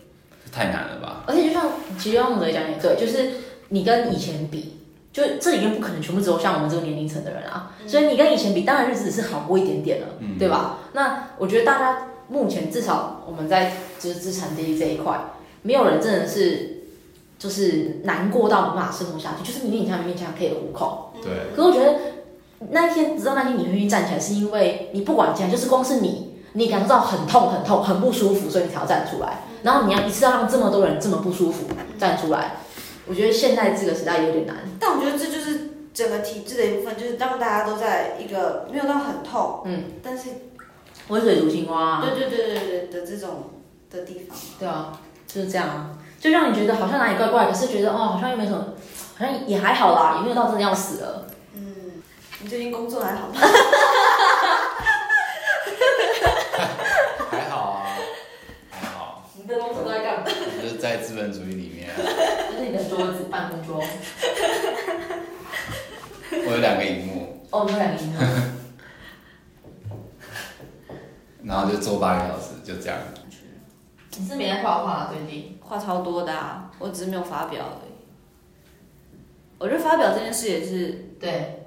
Speaker 1: 太难了吧？
Speaker 3: 而且就像其实用的讲也对，就是你跟以前比，就这里面不可能全部只有像我们这个年龄层的人啊。所以你跟以前比，当然日子是好过一点点了，
Speaker 1: 嗯
Speaker 3: 对吧？那我觉得大家目前至少我们在就是资产阶级这一块，没有人真的是就是难过到无法生活下去，就是勉勉强勉强可以糊口。
Speaker 1: 对，
Speaker 3: 可我觉得那一天，直到那天你愿意站起来，是因为你不管怎样，就是光是你，你感受到很痛、很痛、很不舒服，所以你才要站出来。然后你要一次要让这么多人这么不舒服站出来，我觉得现在这个时代有点难。
Speaker 2: 但我觉得这就是整个体制的一部分，就是让大家都在一个没有到很痛，
Speaker 3: 嗯，
Speaker 2: 但是
Speaker 3: 温水煮青蛙、啊，
Speaker 2: 对对对对对的这种的地方。
Speaker 3: 对啊，就是这样啊，就让你觉得好像哪里怪怪，可是觉得哦，好像又没什么，好像也还好啦，也没有到真的要死了。
Speaker 2: 嗯，你最近工作还好吗？
Speaker 1: 还好啊，还好，
Speaker 3: 你的工作都在干嘛？
Speaker 1: 就是在资本主义里面，
Speaker 3: 就是你的桌子、办公桌。
Speaker 1: 我有两个荧幕，
Speaker 3: 哦，你有两个银行。
Speaker 1: 然后就做八个小时，就这样。
Speaker 3: 你是没在画画最近？
Speaker 2: 话超多的、啊，我只是没有发表而已。我觉得发表这件事也是，
Speaker 3: 对，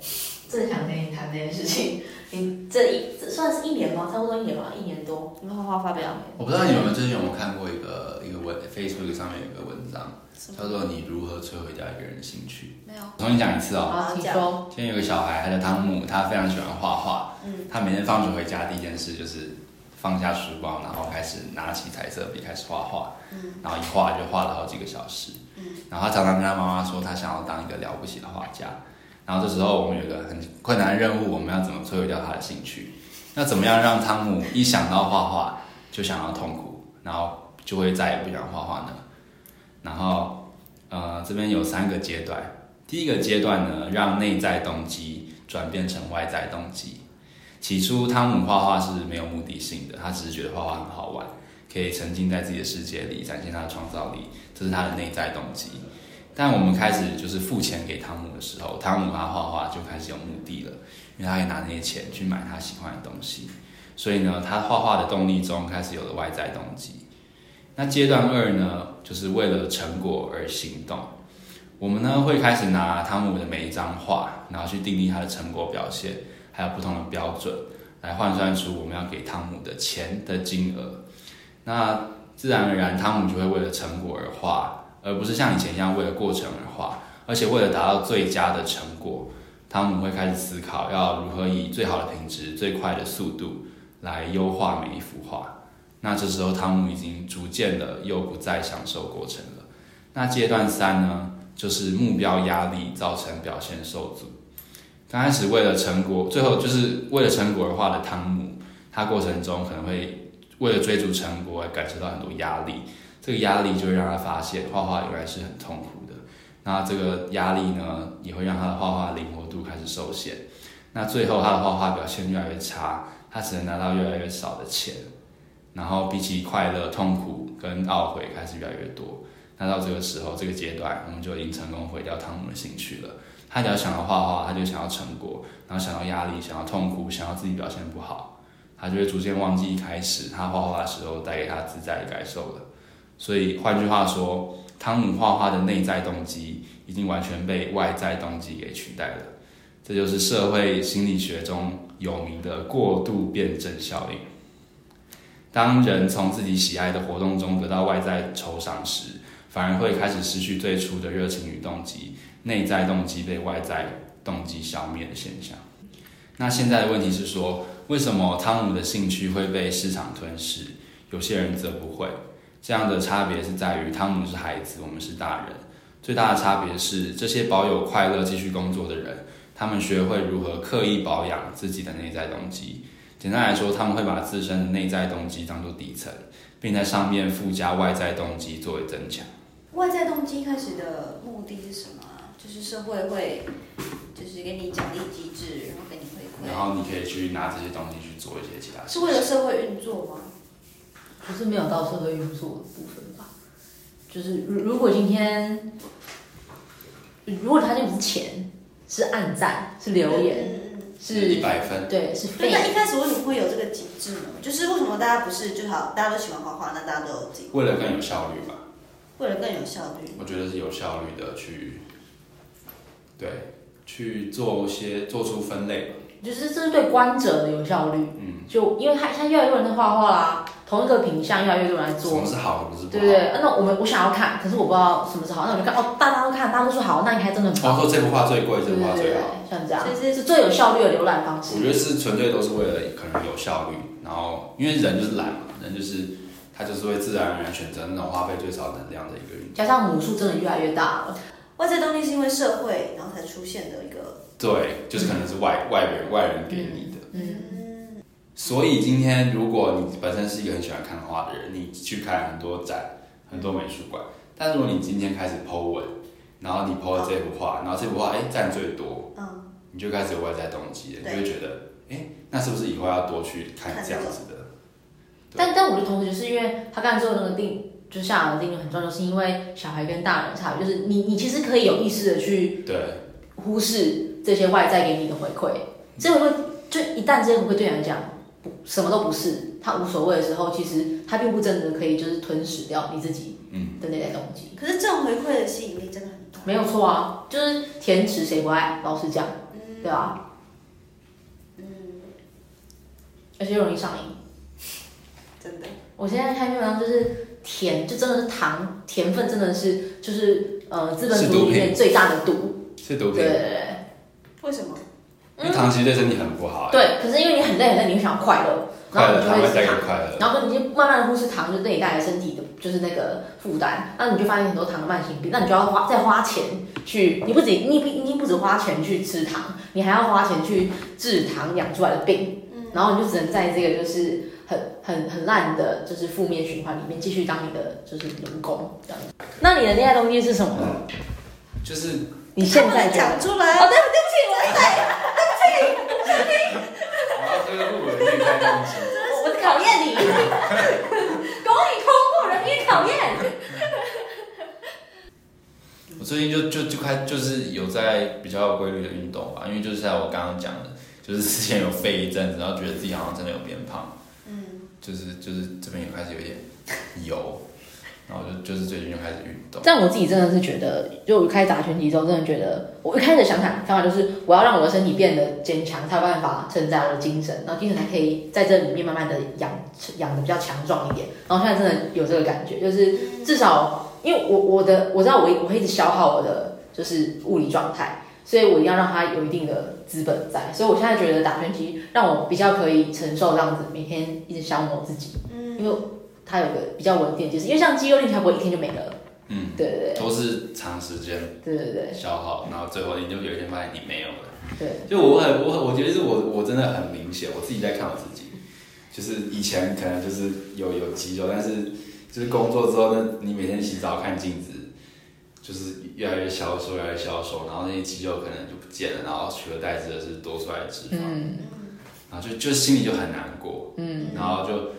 Speaker 3: 正想跟你谈这件事情。 [laughs] 你这一这算是一年吗？差不多一年吧，一年多。
Speaker 2: 你们画画发表，
Speaker 1: 我不知道你有没有最近有没有看过一个一个文 Facebook 上面有一个文章，叫做《你如何摧毁掉一个人的兴趣》。
Speaker 2: 没有？
Speaker 1: 重新讲一次哦。
Speaker 3: 好，请说。
Speaker 1: 今天有个小孩，他叫汤姆，他非常喜欢画画。他每天放学回家第一件事就是放下书包，然后开始拿起彩色笔开始画画。然后一画就画了好几个小时。然后他常常跟他妈妈说，他想要当一个了不起的画家。然后这时候我们有一个很困难的任务，我们要怎么摧毁掉他的兴趣？那怎么样让汤姆一想到画画就想要痛苦，然后就会再也不想画画呢？然后，呃，这边有三个阶段。第一个阶段呢，让内在动机转变成外在动机。起初，汤姆画画是没有目的性的，他只是觉得画画很好玩，可以沉浸在自己的世界里，展现他的创造力，这是他的内在动机。但我们开始就是付钱给汤姆的时候，汤姆他画画就开始有目的了，因为他可以拿那些钱去买他喜欢的东西。所以呢，他画画的动力中开始有了外在动机。那阶段二呢，就是为了成果而行动。我们呢会开始拿汤姆的每一张画，然后去定义他的成果表现，还有不同的标准，来换算出我们要给汤姆的钱的呃金额。那自然而然，汤姆就会为了成果而画，而不是像以前一样为了过程而画。而且为了达到最佳的成果，汤姆会开始思考要如何以最好的品质、最快的速度来优化每一幅画。那这时候，汤姆已经逐渐的又不再享受过程了。那阶段三呢，就是目标压力造成表现受阻。刚开始为了成果，最后就是为了成果而画的汤姆，他过程中可能会为了追逐成果而感受到很多压力，这个压力就会让他发现画画原来是很痛苦的。那这个压力呢，也会让他的画画灵活度开始受限。那最后他的画画表现越来越差，他只能拿到越来越少的钱。然后比起快乐、痛苦跟懊悔开始越来越多。那到这个时候，这个阶段，我们就已经成功毁掉汤姆的兴趣了。他只要想要画画，他就想要成果，然后想要压力，想要痛苦，想要自己表现不好，他就会逐渐忘记一开始他画画的时候带给他自在的感受了。所以换句话说，汤姆画画的内在动机已经完全被外在动机给取代了，这就是社会心理学中有名的过度辩证效应。当人从自己喜爱的活动中得到外在酬赏时，反而会开始失去最初的热情与动机，内在动机被外在动机消灭的现象。那现在的问题是说，为什么汤姆的兴趣会被市场吞噬，有些人则不会？这样的差别是在于，汤姆是孩子，我们是大人。最大的差别是，这些保有快乐、继续工作的人，他们学会如何刻意保养自己的内在动机。简单来说，他们会把自身的内在动机当做底层，并在上面附加外在动机作为增强。
Speaker 2: 外在动机一开始的目的是什么啊？就是社会会，就是给你奖励机制，然后给你回
Speaker 1: 然
Speaker 2: 馈，
Speaker 1: 后你可以去拿这些东西去做一些其他
Speaker 2: 是
Speaker 1: 事
Speaker 2: 为了社会运作吗？
Speaker 3: 可是没有到社会运作的部分吧？就是如如果今天，如果他就不是钱，是暗赞，是留言，
Speaker 2: 嗯。嗯
Speaker 1: 一
Speaker 3: 是，
Speaker 1: 百分，
Speaker 3: 对，是
Speaker 2: 对，那
Speaker 3: 费，
Speaker 2: 一开始为什么会有这个机制呢？就是为什么大家不是就好，大家都喜欢画画，那大家都有自己
Speaker 1: 为了更有效率吧，
Speaker 2: 为了更有效率，
Speaker 1: 我觉得是有效率的去，对，去做一些做出分类吧。
Speaker 3: 就是这是对观者的有效率。
Speaker 1: 嗯，
Speaker 3: 就因为他现在越来越多人在画画啦，同一个品相越来越多人来
Speaker 1: 什
Speaker 3: 做
Speaker 1: 么，是好，什么是不
Speaker 3: 对
Speaker 1: 好
Speaker 3: 不。对？啊那我们我想要看，可是我不知道什么是好，那我就看哦，大家都看，大家都说好，那你还真的很
Speaker 1: 然
Speaker 3: 棒，
Speaker 1: 后说这幅画最贵，
Speaker 3: 对对
Speaker 1: 这幅
Speaker 3: 对
Speaker 1: 画
Speaker 3: 对，
Speaker 1: 最
Speaker 3: 对
Speaker 1: 好。
Speaker 3: 像这样，
Speaker 2: 所以
Speaker 3: 这是最有效率的浏览方式
Speaker 1: 我。觉得是纯粹都是为了可能有效率，然后因为人就是懒嘛，人就是他就是会自然而然选择那种花费最少能量的一个运动。
Speaker 3: 加上母数真的越来越大了，
Speaker 2: 外在动力是因为社会然后才出现的一个，
Speaker 1: 对，就是可能是外外人外人给你的。
Speaker 3: 嗯，
Speaker 2: 嗯，
Speaker 1: 所以今天如果你本身是一个很喜欢看画的人，你去看很多展、很多美术馆，但如果你今天开始 Po 文，然后你 Po 了这幅画，然后这幅画哎占最多，
Speaker 2: 嗯，
Speaker 1: 你就开始有外在动机了，你
Speaker 2: 对
Speaker 1: 就会觉得哎、那是不是以后要多去看
Speaker 2: 看
Speaker 1: 这
Speaker 2: 这
Speaker 1: 样
Speaker 2: 个
Speaker 1: 子的？对
Speaker 3: 但但我的同学是因为他刚才说的那个定，就是下来的定律很重要，是因为小孩跟大人差别，就是你你其实可以有意识的去
Speaker 1: 对，
Speaker 3: 忽视这些外在给你的回馈，这个回馈就一旦这些回馈对你来讲不什么都不是，他无所谓的时候，其实他并不真的可以就是吞噬掉你自己
Speaker 1: 嗯，
Speaker 3: 的内在动机，
Speaker 2: 可是正回馈的吸引力真的很大，
Speaker 3: 没有错啊，就是甜食谁不爱，老实讲，
Speaker 2: 嗯
Speaker 3: 对啊吧？而且又容易上瘾。
Speaker 2: 真的，
Speaker 3: 我现在看基本上就是甜，就真的是糖甜分，真的是就是呃资本主义里面最大的毒。
Speaker 1: 是
Speaker 3: 对
Speaker 1: 毒
Speaker 3: 对
Speaker 1: 品，
Speaker 3: 对
Speaker 2: 为什么？
Speaker 1: 因为糖其实对身体很不好、哎
Speaker 3: 对，对，可是因为你很累很累，你会想要快乐，然
Speaker 1: 快
Speaker 3: 后
Speaker 1: 乐
Speaker 3: 你
Speaker 1: 它
Speaker 3: 就
Speaker 1: 会
Speaker 3: 会
Speaker 1: 带
Speaker 3: 吃糖
Speaker 1: 给，快乐。
Speaker 3: 然后你就慢慢的忽视糖，就对你带来身体的就是那个负担，那你就发现很多糖的慢性病，那你就要花再花钱去，你不止你不你不止花钱去吃糖，你还要花钱去治糖养出来的病，
Speaker 2: 嗯
Speaker 3: 然后你就只能在这个就是很很很烂的，就是负面循环里面继续当你的就是奴工这样子。那你的恋爱动机是什么呢？
Speaker 1: 就是
Speaker 3: 你现在
Speaker 2: 他们
Speaker 3: 觉得
Speaker 2: 讲出来，哦，对
Speaker 1: 我要推入我的内在动机。
Speaker 3: 我我考验你， [laughs] 公益通过人民考验。
Speaker 1: 我最近就就就开就是有在比较有规律的运动吧，因为就是像我刚刚讲的，就是之前有废一阵子，然后觉得自己好像真的有变胖，
Speaker 2: 嗯，
Speaker 1: 就是就是这边有开始有一点油，然后我就就是最近就开始运动，
Speaker 3: 但我自己真的是觉得，就我开始打拳击之后，真的觉得我一开始想法想法就是，我要让我的身体变得坚强，才有办法承载我的精神，然后精神才可以在这里面慢慢的养养的比较强壮一点。然后现在真的有这个感觉，就是至少因为我我的我知道我一我会一直消耗我的就是物理状态，所以我一定要让它有一定的资本在。所以我现在觉得打拳击让我比较可以承受这样子每天一直消磨自己，
Speaker 2: 嗯，
Speaker 3: 因为它有个比较稳定的机制，因为像肌肉链条不会一天就没了。
Speaker 1: 嗯，
Speaker 3: 对对对。
Speaker 1: 都是长时间
Speaker 3: 对对对
Speaker 1: 消耗，然后最后你就有一天发现你没有了。
Speaker 3: 对，
Speaker 1: 就我很我我觉得是我我真的很明显，我自己在看我自己，就是以前可能就是有有肌肉，但是就是工作之后呢，你每天洗澡看镜子，就是越来越消瘦，越来越消瘦，然后那些肌肉可能就不见了，然后取而代之的是多出来的脂肪，
Speaker 3: 嗯
Speaker 1: 然后就就心里就很难过，
Speaker 3: 嗯，
Speaker 1: 然后就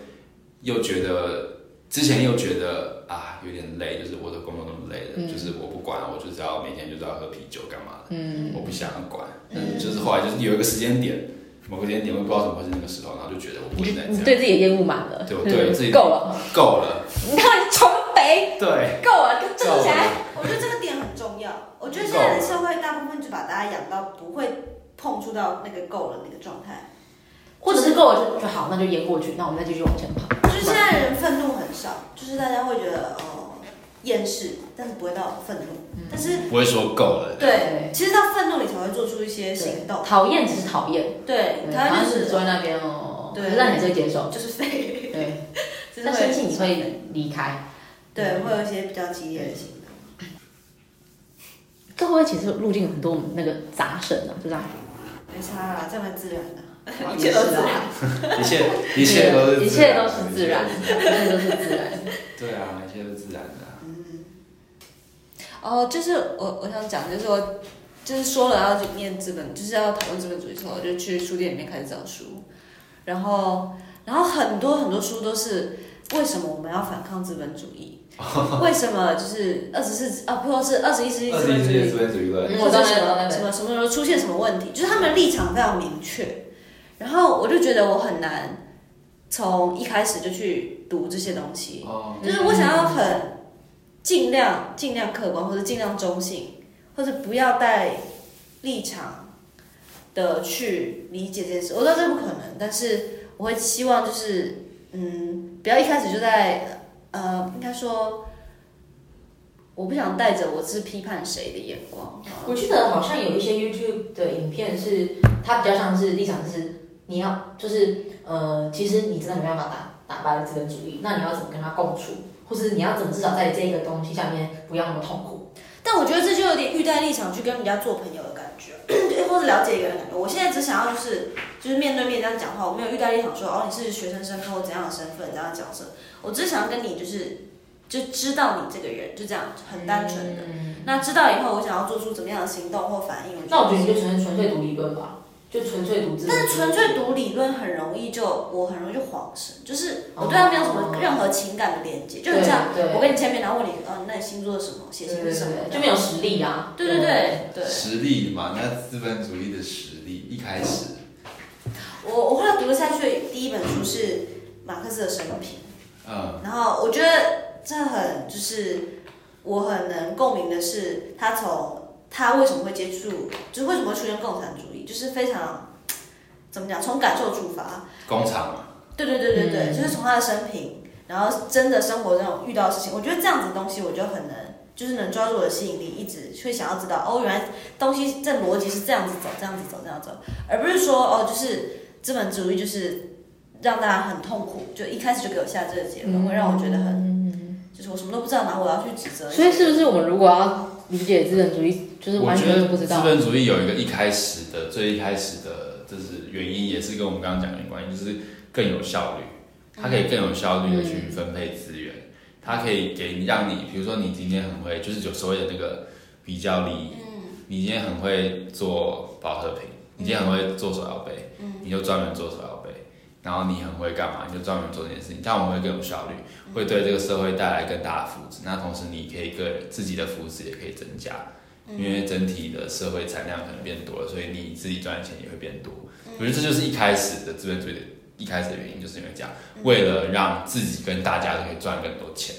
Speaker 1: 又觉得之前又觉得啊有点累，就是我的工作那么累了，
Speaker 3: 嗯
Speaker 1: 就是我不管了，我就是要每天就是要喝啤酒干嘛的。
Speaker 3: 嗯
Speaker 1: 我不想要管。嗯，就是后来就是有一个时间点，某个时间点，我也不知道怎么会是那个时候，然后就觉得我不能
Speaker 3: 你对
Speaker 1: 再这样，
Speaker 3: 自己的厌恶满了，
Speaker 1: 对我对
Speaker 3: 嗯
Speaker 1: 自己
Speaker 3: 够了，
Speaker 1: 够了，
Speaker 3: 你看从北
Speaker 1: 对，
Speaker 3: 够了，就
Speaker 1: 够
Speaker 3: 站起来，
Speaker 1: 了，
Speaker 2: 我觉得这个点很重要。我觉得现在的社会大部分就把大家养到不会碰触到那个够了那个状态，
Speaker 3: 或者是够了就就好，那就淹过去，那我们再继续往前跑。
Speaker 2: 就是现在人愤怒很少，就是大家会觉得哦厌世，但是不会到愤怒，
Speaker 3: 嗯
Speaker 2: 但是
Speaker 1: 不会说够了，
Speaker 2: 对，其实到愤怒你才会做出一些行动。
Speaker 3: 讨厌只是讨厌，
Speaker 2: 对，
Speaker 3: 好
Speaker 2: 台湾
Speaker 3: 像
Speaker 2: 就是是
Speaker 3: 坐在那边哦，
Speaker 2: 对
Speaker 3: 可是那你还是会接受，
Speaker 2: 就是废，
Speaker 3: 对，
Speaker 2: [laughs] 就是
Speaker 3: 但生
Speaker 2: 会
Speaker 3: 气你会离开。
Speaker 2: 对，会有一些比较激烈的行动。
Speaker 3: 这会不会其实入境很多我们那个杂声啊，就这样，
Speaker 2: 没差啦，这蛮自然的，
Speaker 3: 也
Speaker 2: 一切都
Speaker 3: 是
Speaker 2: 自然
Speaker 3: 啊，
Speaker 1: 一切一切都是
Speaker 3: 一切都是自然
Speaker 1: 一切
Speaker 3: 一切都
Speaker 1: 都是自然，
Speaker 3: 是自然。
Speaker 1: 对啊，一切都是自然的，
Speaker 2: 哦，就是我我想讲，就是说，就是说了要去念资本，就是要讨论资本主义之后，我就去书店里面开始找书，然后然后很多很多书都是为什么我们要反抗资本主
Speaker 1: [laughs]
Speaker 2: 义，为什么就是二十世啊，或者是二十一世纪
Speaker 1: 二
Speaker 2: 资
Speaker 1: 十一
Speaker 2: 本
Speaker 1: 世
Speaker 2: 主
Speaker 1: 纪的
Speaker 2: 义
Speaker 1: 资本主义论，
Speaker 3: 嗯
Speaker 2: 或
Speaker 3: 我知
Speaker 2: 者
Speaker 3: 道
Speaker 2: 什
Speaker 3: 那
Speaker 2: 么
Speaker 3: 个
Speaker 2: 什么什么时候出现什么问题，就是他们的立场非常明确。然后我就觉得我很难从一开始就去读这些东西，
Speaker 1: 哦，
Speaker 2: 就是我想要很尽量尽量客观，或者尽量中性，或者不要带立场的去理解这件事。我知道这不可能，但是我会希望就是嗯，不要一开始就在呃，应该说。我不想带着我是批判谁的眼光，
Speaker 3: 我记得好像有一些 YouTube 的影片是，它比较像是立场是你要就是呃，其实你真的没办法打打败资本主义，那你要怎么跟他共处，或是你要怎么至少在这个东西下面不要那么痛苦。
Speaker 2: 但我觉得这就有点欲带立场去跟人家做朋友的感觉， [clears throat] 或者了解一个人的感觉。我现在只想要就是就是面对面这样讲话，我没有欲带立场说哦你是学生身份或怎样的身份怎样的角色，我只是想要跟你就是就知道你这个人，就这样很单纯的。那知道以后，我想要做出怎么样的行动或反应，
Speaker 3: 嗯那我觉得
Speaker 2: 是
Speaker 3: 你就纯纯粹读理论吧，就纯粹读资本主义。
Speaker 2: 但是纯粹读理论很容易就我很容易就恍神，就是我对他没有什么任何情感的连接，就很像
Speaker 3: 哦对对
Speaker 2: 我跟你见面，然后问你，嗯、那你星座是什么，血
Speaker 3: 对
Speaker 2: 型
Speaker 3: 对
Speaker 2: 是什么，
Speaker 3: 对，就没有实力啊。
Speaker 2: 对对对对。
Speaker 1: 实力嘛，那资本主义的实力一开始，
Speaker 2: 我我后来读了下去的第一本书是马克思的生平，
Speaker 1: 嗯，
Speaker 2: 然后我觉得这很就是我很能共鸣的是，他从他为什么会接触，就是为什么会出现共产主义，就是非常怎么讲，从感受出发，
Speaker 1: 工厂嘛，
Speaker 2: 对对对对对，
Speaker 3: 嗯
Speaker 2: 就是从他的生平，然后真的生活中遇到的事情，我觉得这样子的东西我就很能，就是能抓住我的吸引力，一直会想要知道哦，原来东西这逻辑是这样子走，这样子走，这样走，而不是说哦，就是资本主义就是让大家很痛苦，就一开始就给我下这个结论，
Speaker 3: 嗯
Speaker 2: 会让我觉得很，就是我什么都不知道，然后我要去指责你，
Speaker 3: 所以是不是我们如果要理解资本主义，就是
Speaker 1: 我
Speaker 3: 完
Speaker 1: 觉
Speaker 3: 全
Speaker 1: 得
Speaker 3: 都不知道嗯
Speaker 1: 资？本主义有一个一开始的最一开始的，就是原因也是跟我们刚刚讲的有关系，就是更有效率，它可以更有效率的
Speaker 3: 嗯
Speaker 1: 去分配资源，它可以给你让你，比如说你今天很会，就是有所谓的那个比较利益，
Speaker 3: 嗯
Speaker 1: 你今天很会做保特瓶，你今天很会做手摇杯，
Speaker 3: 嗯
Speaker 1: 你就专门做手摇杯。然后你很会干嘛，你就专门做这件事情，这样我们会更有效率，
Speaker 3: 嗯
Speaker 1: 会对这个社会带来更大的福祉。那同时，你可以个自己的福祉也可以增加。因为整体的社会产量可能变多了，所以你自己赚的钱也会变多。我觉得这就是一开始的资本主义的一开始的原因，就是因为这样，为了让自己跟大家都可以赚更多钱，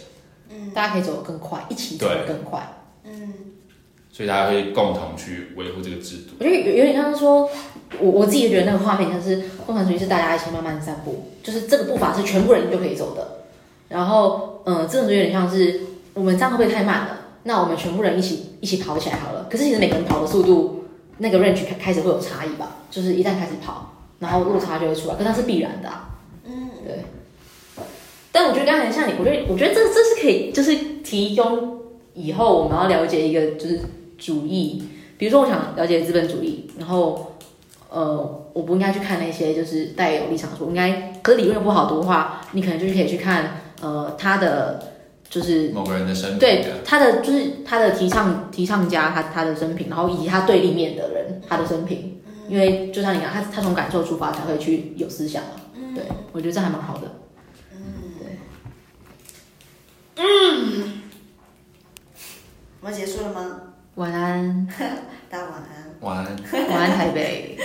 Speaker 2: 嗯
Speaker 3: 大家可以走得更快，一起走得更快。
Speaker 2: 嗯
Speaker 1: 所以大家会共同去维护这个制度。
Speaker 3: 我觉得有有点像是说，我我自己觉得那个画面像是共产主义是大家一起慢慢散步，就是这个步伐是全部人都可以走的。然后，嗯、这种就有点像是我们这样会不会太慢了？那我们全部人一起一起跑起来好了。可是其实每个人跑的速度，那个 range 开开始会有差异吧？就是一旦开始跑，然后落差就会出来，可是它是必然的、啊。
Speaker 2: 嗯，
Speaker 3: 对。但我觉得刚才很像你，我觉得我觉得这这是可以，就是提供以后我们要了解一个就是主义，比如说我想了解资本主义，然后呃，我不应该去看那些就是带有立场说，我应该，可是理论不好读的话，你可能就是可以去看呃他的就是
Speaker 1: 某个人的生命
Speaker 3: 对
Speaker 1: 的，
Speaker 3: 他的就是他的提倡提倡家他他的生平，然后以及他对立面的人他的生平，因为就像你讲，他他从感受出发才会去有思想嘛，对我觉得这还蛮好的。
Speaker 2: 我们结束了吗？
Speaker 3: 晚安，
Speaker 2: 大家晚安。
Speaker 1: 晚安。
Speaker 3: 晚安台北。